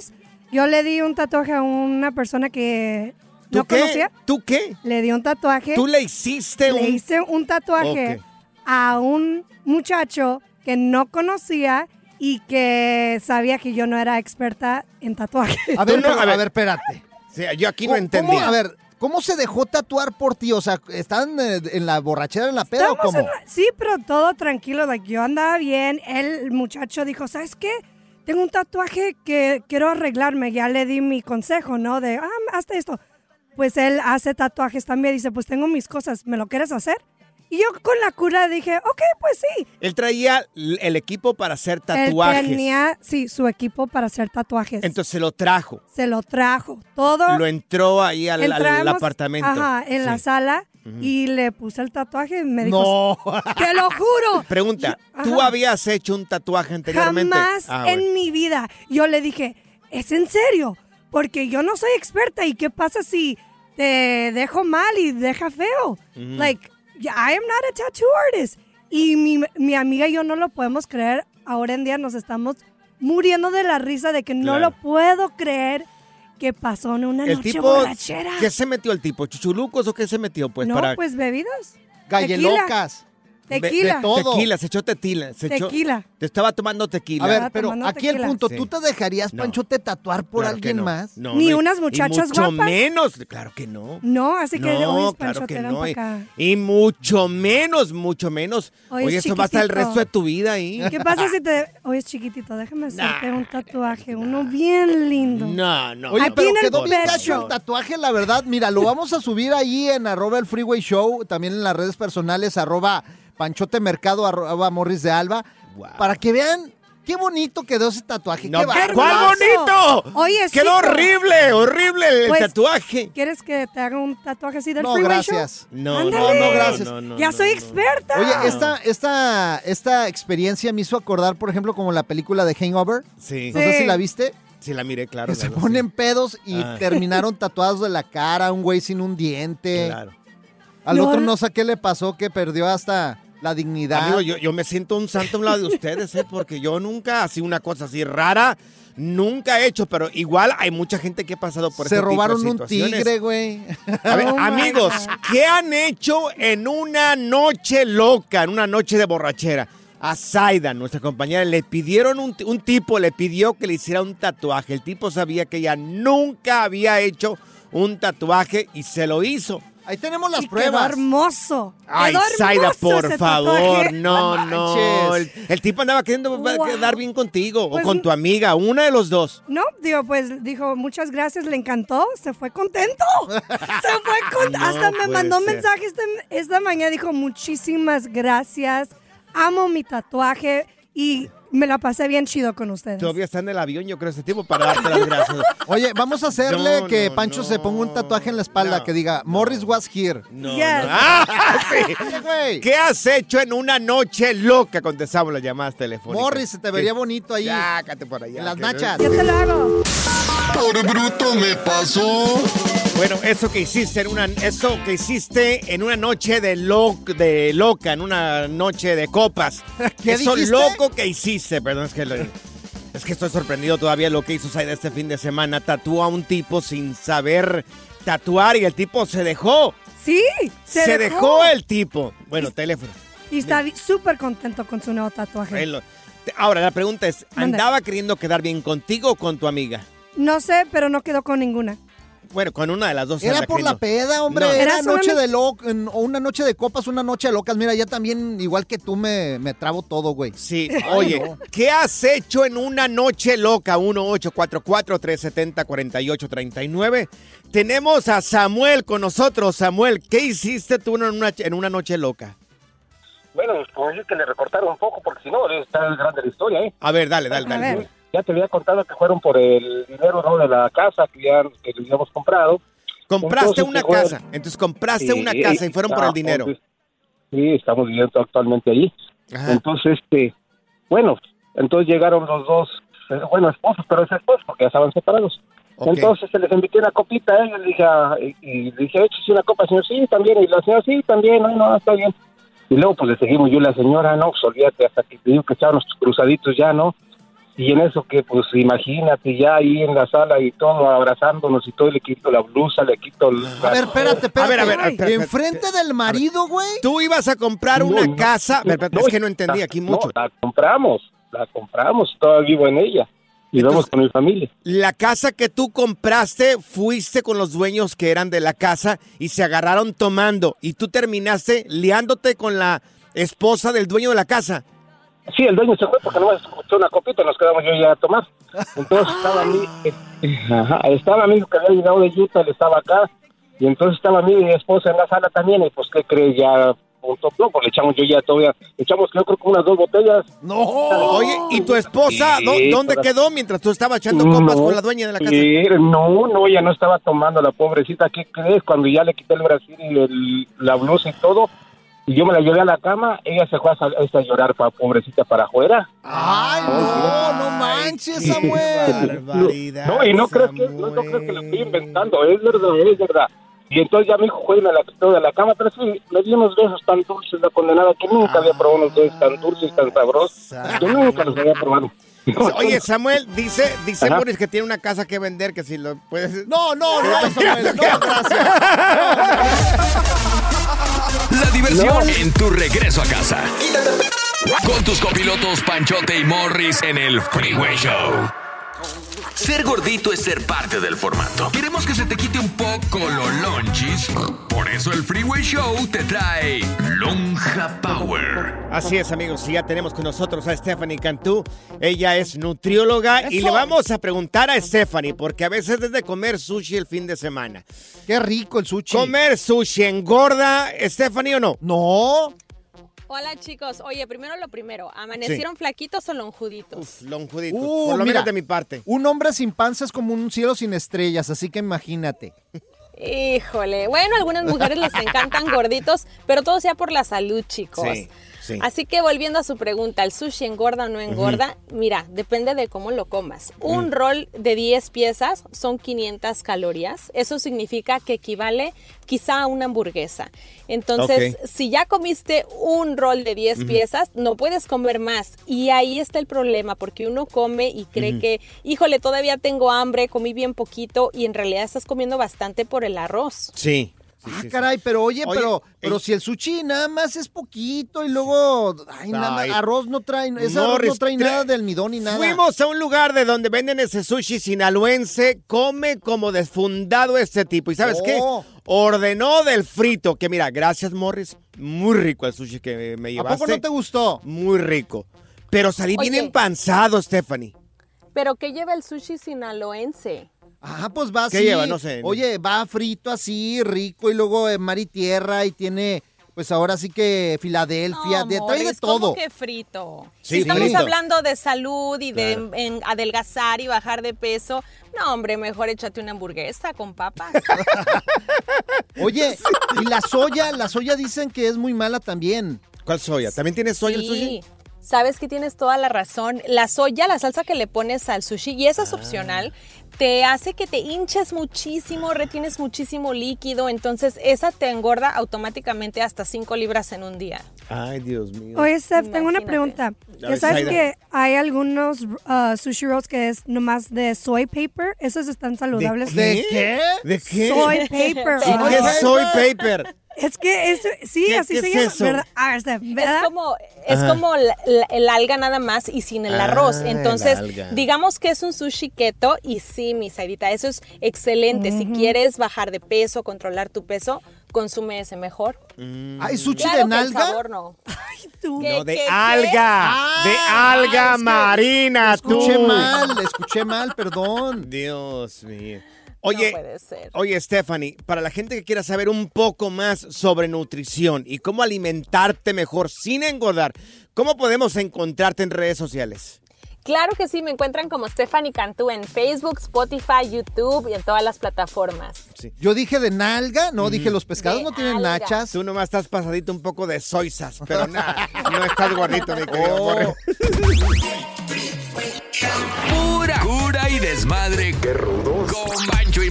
Speaker 4: yo le di un tatuaje a una persona que
Speaker 2: ¿Tú
Speaker 4: no
Speaker 2: qué?
Speaker 4: conocía.
Speaker 2: ¿Tú qué?
Speaker 4: Le di un tatuaje.
Speaker 2: ¿Tú le hiciste
Speaker 4: le
Speaker 2: un-
Speaker 4: hice un tatuaje
Speaker 2: Ok.
Speaker 4: a un muchacho que no conocía y que sabía que yo no era experta en tatuajes.
Speaker 3: A ver,
Speaker 2: Tú no-
Speaker 3: pero-
Speaker 2: a
Speaker 3: a
Speaker 2: ver.
Speaker 3: ver, espérate.
Speaker 2: Sí, yo aquí no
Speaker 3: ¿Cómo-
Speaker 2: entendí.
Speaker 3: cómo- a ver, ¿cómo se dejó tatuar por ti? O sea, ¿están eh, en la borrachera, en la peda o
Speaker 4: Estábamos
Speaker 3: cómo?
Speaker 4: en una- sí, pero todo tranquilo, like, yo andaba bien. Él, El muchacho dijo, ¿sabes qué? Tengo un tatuaje que quiero arreglarme. Ya le di mi consejo, ¿no? De, ah, hazte esto. Pues él hace tatuajes también. Dice, pues tengo mis cosas, ¿me lo quieres hacer? Y yo con la cura dije, ok, pues sí.
Speaker 2: Él traía l- el equipo para hacer tatuajes.
Speaker 4: Él tenía, sí, su equipo para hacer tatuajes.
Speaker 2: Entonces se lo trajo.
Speaker 4: Se lo trajo. Todo.
Speaker 2: Lo entró ahí al, al- al
Speaker 4: entramos,
Speaker 2: apartamento.
Speaker 4: Ajá, en la
Speaker 2: Sí.
Speaker 4: sala. Y le puse el tatuaje y me dijo,
Speaker 3: No.
Speaker 4: te lo juro.
Speaker 2: [laughs] Pregunta,
Speaker 4: Yo-
Speaker 2: ¿tú
Speaker 4: Ajá.
Speaker 2: habías hecho un tatuaje anteriormente?
Speaker 4: Jamás
Speaker 2: Ah,
Speaker 4: en
Speaker 2: bueno.
Speaker 4: mi vida. Yo le dije, ¿es en serio? Porque yo no soy experta y ¿qué pasa si te dejo mal y deja feo? Like, I am not a tattoo artist. Y mi, mi amiga y yo no lo podemos creer. Ahora en día nos estamos muriendo de la risa de que no
Speaker 2: Claro.
Speaker 4: lo puedo creer que pasó en una
Speaker 2: El
Speaker 4: noche
Speaker 2: tipo,
Speaker 4: borrachera.
Speaker 2: ¿qué se metió el tipo? ¿Chuchulucos o qué se metió? Pues
Speaker 4: no,
Speaker 2: para...
Speaker 4: pues bebidas.
Speaker 3: Galleloca.
Speaker 4: Tequila.
Speaker 3: locas.
Speaker 4: Tequila.
Speaker 2: Tequila, se echó tequila. se echó-
Speaker 4: Tequila.
Speaker 2: te estaba tomando tequila.
Speaker 3: A ver, pero
Speaker 4: tomando
Speaker 3: aquí el
Speaker 4: tequila.
Speaker 3: punto,
Speaker 2: Sí.
Speaker 3: ¿tú te dejarías,
Speaker 2: No.
Speaker 3: Pancho, te tatuar por
Speaker 2: Claro que
Speaker 3: alguien
Speaker 2: no.
Speaker 3: más?
Speaker 2: No,
Speaker 4: Ni
Speaker 2: no, y-
Speaker 4: unas
Speaker 2: y
Speaker 4: muchachas
Speaker 2: mucho
Speaker 4: guapas.
Speaker 2: menos. Claro que no.
Speaker 4: No, así que
Speaker 2: No,
Speaker 4: oye,
Speaker 2: claro
Speaker 4: Pancho,
Speaker 2: que
Speaker 4: te dan
Speaker 2: no, eh".
Speaker 4: para
Speaker 2: y-
Speaker 4: acá.
Speaker 2: Y mucho menos, mucho menos.
Speaker 4: Oye,
Speaker 2: Oye, eso va a estar el
Speaker 4: chiquitito.
Speaker 2: resto de tu vida ahí.
Speaker 4: ¿Qué pasa
Speaker 2: [laughs]
Speaker 4: si te... Oye, chiquitito, déjame hacerte un tatuaje, uno bien lindo.
Speaker 2: No, no.
Speaker 3: Oye,
Speaker 4: Aquí
Speaker 3: pero
Speaker 4: en el
Speaker 3: quedó bien
Speaker 4: pecho.
Speaker 3: gacho el tatuaje, la verdad. Mira, lo vamos a subir ahí en arroba el freeway show, también en las redes personales, arroba panchote mercado, arroba morris de alba,
Speaker 2: Wow.
Speaker 3: para que vean qué bonito quedó ese tatuaje.
Speaker 2: No,
Speaker 3: qué
Speaker 2: ¿cuál
Speaker 3: bárbaro.
Speaker 2: bonito!
Speaker 4: Oye,
Speaker 2: Quedó
Speaker 4: chicos.
Speaker 2: horrible, horrible el
Speaker 4: Pues,
Speaker 2: tatuaje.
Speaker 4: ¿Quieres que te haga un tatuaje así del
Speaker 3: No,
Speaker 4: freeway show?
Speaker 3: gracias.
Speaker 2: No,
Speaker 4: Ándale.
Speaker 3: no, no, gracias.
Speaker 4: ya
Speaker 2: no,
Speaker 4: soy
Speaker 2: no.
Speaker 4: experta.
Speaker 3: Oye, esta, esta, esta experiencia me hizo acordar, por ejemplo, como la película de Hangover.
Speaker 2: Sí,
Speaker 3: No sé
Speaker 4: Sí.
Speaker 3: si la viste.
Speaker 2: sí la miré, claro.
Speaker 3: Que se
Speaker 2: claro,
Speaker 3: ponen pedos y
Speaker 2: Ah. [laughs]
Speaker 3: terminaron tatuados de la cara, un güey sin un diente.
Speaker 2: sí, Claro.
Speaker 3: Al
Speaker 4: No,
Speaker 3: otro
Speaker 4: no.
Speaker 3: no sé qué le pasó, que perdió hasta la dignidad.
Speaker 2: Amigo, yo, yo me siento un santo a un lado de ustedes, ¿eh? porque yo nunca así una cosa así rara, nunca he hecho, pero igual hay mucha gente que ha pasado por
Speaker 3: se
Speaker 2: este tipo de
Speaker 3: robaron un
Speaker 2: situaciones.
Speaker 3: tigre,
Speaker 2: [laughs]
Speaker 3: güey.
Speaker 2: A ver,
Speaker 4: Oh my
Speaker 2: amigos,
Speaker 4: God.
Speaker 2: ¿qué han hecho en una noche loca, en una noche de borrachera? A Zaida, nuestra compañera, le pidieron un, un tipo, le pidió que le hiciera un tatuaje. El tipo sabía que ella nunca había hecho un tatuaje y se lo hizo.
Speaker 3: Ahí tenemos las
Speaker 4: Y
Speaker 3: pruebas.
Speaker 4: Quedó hermoso.
Speaker 2: Ay,
Speaker 4: Quedó
Speaker 2: Zaida,
Speaker 4: hermoso
Speaker 2: por
Speaker 4: ese
Speaker 3: [laughs]
Speaker 2: favor,
Speaker 4: tatuaje.
Speaker 2: no,
Speaker 3: No
Speaker 2: no. El,
Speaker 3: manches.
Speaker 2: el tipo andaba queriendo
Speaker 4: Wow.
Speaker 2: quedar bien contigo
Speaker 4: Pues
Speaker 2: o con
Speaker 4: n-
Speaker 2: tu amiga, una de los dos.
Speaker 4: No, digo, pues dijo, muchas gracias, le encantó, se fue
Speaker 2: [laughs]
Speaker 4: contento. Se fue contento.
Speaker 2: No
Speaker 4: Hasta me
Speaker 2: puede
Speaker 4: mandó
Speaker 2: ser.
Speaker 4: mensajes esta, esta mañana, dijo, muchísimas gracias, amo mi tatuaje y me la pasé bien chido con
Speaker 3: Pues
Speaker 4: ustedes.
Speaker 2: Todavía está en el avión, yo creo, este tipo, para darte las gracias.
Speaker 3: Oye, vamos a hacerle
Speaker 2: No,
Speaker 3: que
Speaker 2: no,
Speaker 3: Pancho se ponga un tatuaje en la espalda
Speaker 2: no,
Speaker 3: que diga Morris was here.
Speaker 2: No,
Speaker 4: Yes.
Speaker 2: no. [laughs] ¡Ah, sí!
Speaker 3: Oye, güey,
Speaker 2: ¿Qué has hecho en una noche loca? Contestamos las llamadas telefónicas.
Speaker 3: Morris, se te vería bonito ahí.
Speaker 2: Sácate por allá.
Speaker 3: en las
Speaker 2: que-
Speaker 3: nachas.
Speaker 4: Yo te lo hago.
Speaker 9: Por bruto me pasó.
Speaker 2: Bueno, eso que hiciste en una, eso que hiciste en una noche de, lo, de loca, en una noche de copas.
Speaker 3: [laughs] ¿Qué
Speaker 2: eso
Speaker 3: dijiste?
Speaker 2: loco que hiciste, perdón, es que, lo- es que estoy sorprendido todavía lo que hizo Saida este fin de semana. Tatúa a un tipo sin saber tatuar y el tipo se dejó.
Speaker 4: Sí, se,
Speaker 2: dejó el tipo. Bueno, teléfono.
Speaker 4: Y está vi- súper contento con su nuevo tatuaje.
Speaker 2: Ahí lo- Ahora, la pregunta es,
Speaker 4: Mande.
Speaker 2: ¿andaba queriendo quedar bien contigo o con tu amiga?
Speaker 4: No sé, pero no quedó con ninguna.
Speaker 2: Bueno, con una de las dos.
Speaker 3: Era
Speaker 2: anda
Speaker 3: por la
Speaker 2: queriendo.
Speaker 3: peda, hombre.
Speaker 2: pues, No.
Speaker 3: Era
Speaker 4: Era solamente-
Speaker 3: noche de lo- en- o una noche de copas, una noche de locas. Mira, ya también, igual que tú, me, me trabo todo, güey.
Speaker 2: Sí, oye, ¿qué has hecho en una noche loca? 1-844-370-4839. Tenemos a Samuel con nosotros. Samuel, ¿qué hiciste tú en una, en una noche loca?
Speaker 10: Bueno, como decir que le recortaron un poco, porque si no, está grande la historia, ¿eh?
Speaker 2: A ver, dale, dale,
Speaker 4: A
Speaker 2: dale.
Speaker 4: ver.
Speaker 10: Ya te había contado que fueron por el dinero ¿no? de la casa que ya que le habíamos comprado.
Speaker 2: Compraste
Speaker 10: Entonces,
Speaker 2: una
Speaker 10: igual-
Speaker 2: casa. Entonces compraste
Speaker 10: Sí, ah,
Speaker 2: una casa y fueron por el
Speaker 10: estamos-
Speaker 2: dinero.
Speaker 10: Sí, estamos viviendo actualmente ahí.
Speaker 2: Ajá.
Speaker 10: Entonces, este, bueno, entonces llegaron los dos, eh, bueno, esposos, pero es esposos porque ya estaban separados.
Speaker 2: Ok.
Speaker 10: Entonces se les invitó una copita, ¿eh? yo le dije, a- y, y le dije, échese una copa, señor, sí, también, y la señora, sí, también, no, no, está bien. Y luego, pues le seguimos yo y la señora, no, pues olvídate, hasta que te digo que echaron los cruzaditos ya, ¿no? Y en eso que, pues imagínate, ya ahí en la sala y todo, abrazándonos y todo, y le quito la blusa, le quito el...
Speaker 3: A ver, espérate, espérate.
Speaker 2: A ver, a ver, a ver,
Speaker 3: Enfrente del marido, güey.
Speaker 2: Tú ibas a comprar
Speaker 10: No,
Speaker 2: una
Speaker 10: no,
Speaker 2: casa.
Speaker 10: no,
Speaker 2: Espérate, es que no entendí
Speaker 10: la-
Speaker 2: aquí
Speaker 10: no,
Speaker 2: mucho.
Speaker 10: la compramos, la compramos, todavía vivo en ella. Y vamos
Speaker 2: Entonces-
Speaker 10: con mi familia.
Speaker 2: La casa que tú compraste, fuiste con los dueños que eran de la casa y se agarraron tomando. Y tú terminaste liándote con la esposa del dueño de la casa.
Speaker 10: Sí, el dueño se fue porque no escuchó una copita, nos quedamos yo ya a tomar. Entonces estaba mi,
Speaker 2: Ah.
Speaker 10: ajá, estaba mi hijo que había llegado de Utah, él estaba acá, y entonces estaba mi esposa en la sala también, y pues, ¿qué crees? Ya, punto, no, pues le echamos yo ya todavía, le echamos yo creo que unas dos botellas.
Speaker 3: No.
Speaker 2: Oye, ¿y tu esposa
Speaker 10: Sí,
Speaker 2: ¿dó- dónde
Speaker 10: todas-
Speaker 2: quedó mientras tú estabas echando copas
Speaker 10: Mm, No,
Speaker 2: con la dueña de la casa?
Speaker 10: sí, no, no, ya no estaba tomando la pobrecita, ¿qué crees? Cuando ya le quité el Brasil y el- la blusa y todo, y yo me la llevé a la cama, ella se fue a, sal- este, a llorar, pa, pobrecita, para afuera.
Speaker 3: Ay, no, no
Speaker 2: Ay,
Speaker 3: manches,
Speaker 2: qué
Speaker 3: Samuel.
Speaker 2: barbaridad,
Speaker 10: No, y no creo, que, no, no creo que lo estoy inventando, es verdad, es verdad. Y entonces ya mi hijo fue y me la quitó de la cama, pero sí, le di unos besos tan dulces, la condenada, que nunca había probado unos besos tan dulces, tan sabrosos, que nunca los había probado.
Speaker 2: Ah.
Speaker 10: [laughs]
Speaker 2: Oye, Samuel, dice, dice
Speaker 10: Ajá.
Speaker 2: Boris que tiene una casa que vender, que si lo [laughs] puedes...
Speaker 3: No, no, no, Samuel, no, gracias.
Speaker 1: La diversión en tu regreso a casa. Con tus copilotos Panchote y Morris en el Freeway Show. Ser gordito es ser parte del formato. Queremos que se te quite un poco los lonchis. Por eso el Freeway Show te trae Lonja Power.
Speaker 2: Así es, amigos, y ya tenemos con nosotros a Stephanie Cantú. Ella es nutrióloga y le vamos a preguntar a Stephanie, porque a veces es de comer sushi el fin de semana.
Speaker 3: Qué rico el sushi.
Speaker 2: ¿Comer sushi engorda, Stephanie, o no?
Speaker 3: No.
Speaker 11: Hola chicos, oye, primero lo primero, ¿amanecieron flaquitos o lonjuditos?
Speaker 2: Lonjudito. Por lo menos de mi parte.
Speaker 3: Uh, Un hombre sin panza es como un cielo sin estrellas, así que imagínate.
Speaker 11: Híjole, bueno, a algunas mujeres les encantan gorditos, pero todo sea por la salud chicos.
Speaker 3: Sí, sí.
Speaker 11: Así que volviendo a su pregunta, ¿el sushi engorda o no engorda? Mira, depende de cómo lo comas. Un
Speaker 12: Ujú.
Speaker 11: rol de 10 piezas son 500 calorías. Eso significa que equivale quizá a una hamburguesa. Entonces,
Speaker 12: Ok.
Speaker 11: si ya comiste un rol de 10
Speaker 12: Ujú.
Speaker 11: piezas, no puedes comer más. Y ahí está el problema, porque uno come y cree
Speaker 12: Ujú.
Speaker 11: que, híjole, todavía tengo hambre, comí bien poquito, y en realidad estás comiendo bastante por el arroz.
Speaker 2: Sí.
Speaker 3: ah, caray, pero oye,
Speaker 11: Oye,
Speaker 3: pero,
Speaker 11: ey.
Speaker 3: pero si el sushi nada más es poquito y luego, ay, nada más,
Speaker 2: Ay.
Speaker 3: arroz no trae, ese arroz no
Speaker 2: Morris,
Speaker 3: trae
Speaker 2: tre-
Speaker 3: nada de almidón ni nada.
Speaker 2: Fuimos a un lugar de donde venden ese sushi sinaloense, come como desfundado este tipo. ¿Y sabes qué?
Speaker 3: Oh.
Speaker 2: Ordenó del frito, que mira, gracias Morris, muy rico el sushi que me
Speaker 3: ¿A
Speaker 2: llevaste.
Speaker 3: poco no te gustó?
Speaker 2: Muy rico. Pero salí
Speaker 11: Oye.
Speaker 2: bien empanzado, Stephanie.
Speaker 11: Pero ¿qué lleva el sushi sinaloense?
Speaker 3: Ah, pues va
Speaker 2: ¿Qué
Speaker 3: así.
Speaker 2: lleva? No sé.
Speaker 3: Oye, va frito así, rico, y luego eh, mar y tierra, y tiene, pues ahora sí que Filadelfia, de, trae de
Speaker 11: Morris, ¿cómo
Speaker 3: todo.
Speaker 11: que frito?
Speaker 3: Sí,
Speaker 11: si estamos
Speaker 3: frito.
Speaker 11: hablando de salud y de
Speaker 3: Claro.
Speaker 11: en- adelgazar y bajar de peso, no, hombre, mejor échate una hamburguesa
Speaker 4: [laughs]
Speaker 11: con papas. [laughs]
Speaker 3: Oye, y la soya, la soya dicen que es muy mala también.
Speaker 2: ¿Cuál soya? ¿También tiene soya el sushi?
Speaker 11: Sí, Sabes que tienes toda la razón. La soya, la salsa que le pones al sushi, y esa es
Speaker 4: Ah.
Speaker 11: opcional, te hace que te hinches muchísimo, retienes muchísimo líquido, entonces esa te engorda automáticamente hasta 5 libras en un día.
Speaker 2: Ay, Dios mío.
Speaker 4: Oye, Steph, tengo una pregunta.
Speaker 2: A
Speaker 4: Ya
Speaker 2: ver,
Speaker 4: sabes
Speaker 2: Zaida.
Speaker 4: que hay algunos uh, sushi rolls que es nomás de soy paper. ¿Esos están saludables?
Speaker 2: ¿De qué? ¿De qué?
Speaker 4: Soy paper.
Speaker 2: ¿Y qué es soy paper?
Speaker 4: Es que eso, sí,
Speaker 2: ¿Qué-
Speaker 4: así
Speaker 2: qué
Speaker 4: se
Speaker 2: es
Speaker 4: llama.
Speaker 2: eso?
Speaker 4: ¿verdad? A ver, Steph, ¿verdad?
Speaker 11: Es como, Oh, es
Speaker 4: Ajá.
Speaker 11: como la- la- el alga nada más y sin el
Speaker 4: Ah,
Speaker 11: arroz.
Speaker 4: el
Speaker 11: Entonces,
Speaker 4: alga.
Speaker 11: digamos que es un sushi keto y sí, mi Saidita, eso es excelente. Si quieres bajar de peso, controlar tu peso, consume ese mejor.
Speaker 2: Mm.
Speaker 3: ¿Hay sushi
Speaker 11: Claro
Speaker 3: de
Speaker 11: que el
Speaker 3: nalga?
Speaker 11: sabor no.
Speaker 2: No, de
Speaker 11: qué, qué?
Speaker 2: alga. de
Speaker 11: Ah,
Speaker 2: alga marina,
Speaker 3: Escuché
Speaker 2: tú.
Speaker 3: mal, escuché mal, perdón.
Speaker 2: Dios mío. Oye,
Speaker 11: puede ser.
Speaker 2: oye, Stephanie, para la gente que quiera saber un poco más sobre nutrición y cómo alimentarte mejor sin engordar, ¿cómo podemos encontrarte en redes sociales?
Speaker 11: Claro que sí, me encuentran como Stephanie Cantú en Facebook, Spotify, YouTube y en todas las plataformas.
Speaker 3: Yo dije de nalga, no, dije los pescados no tienen
Speaker 11: alga.
Speaker 3: nachas.
Speaker 2: Tú nomás estás pasadito un poco de soisas,
Speaker 11: [laughs]
Speaker 2: pero nada, no estás gordito, mi
Speaker 11: Oh.
Speaker 2: querido. Borre.
Speaker 1: Pura cura y desmadre. Qué rudos. Con Bancho y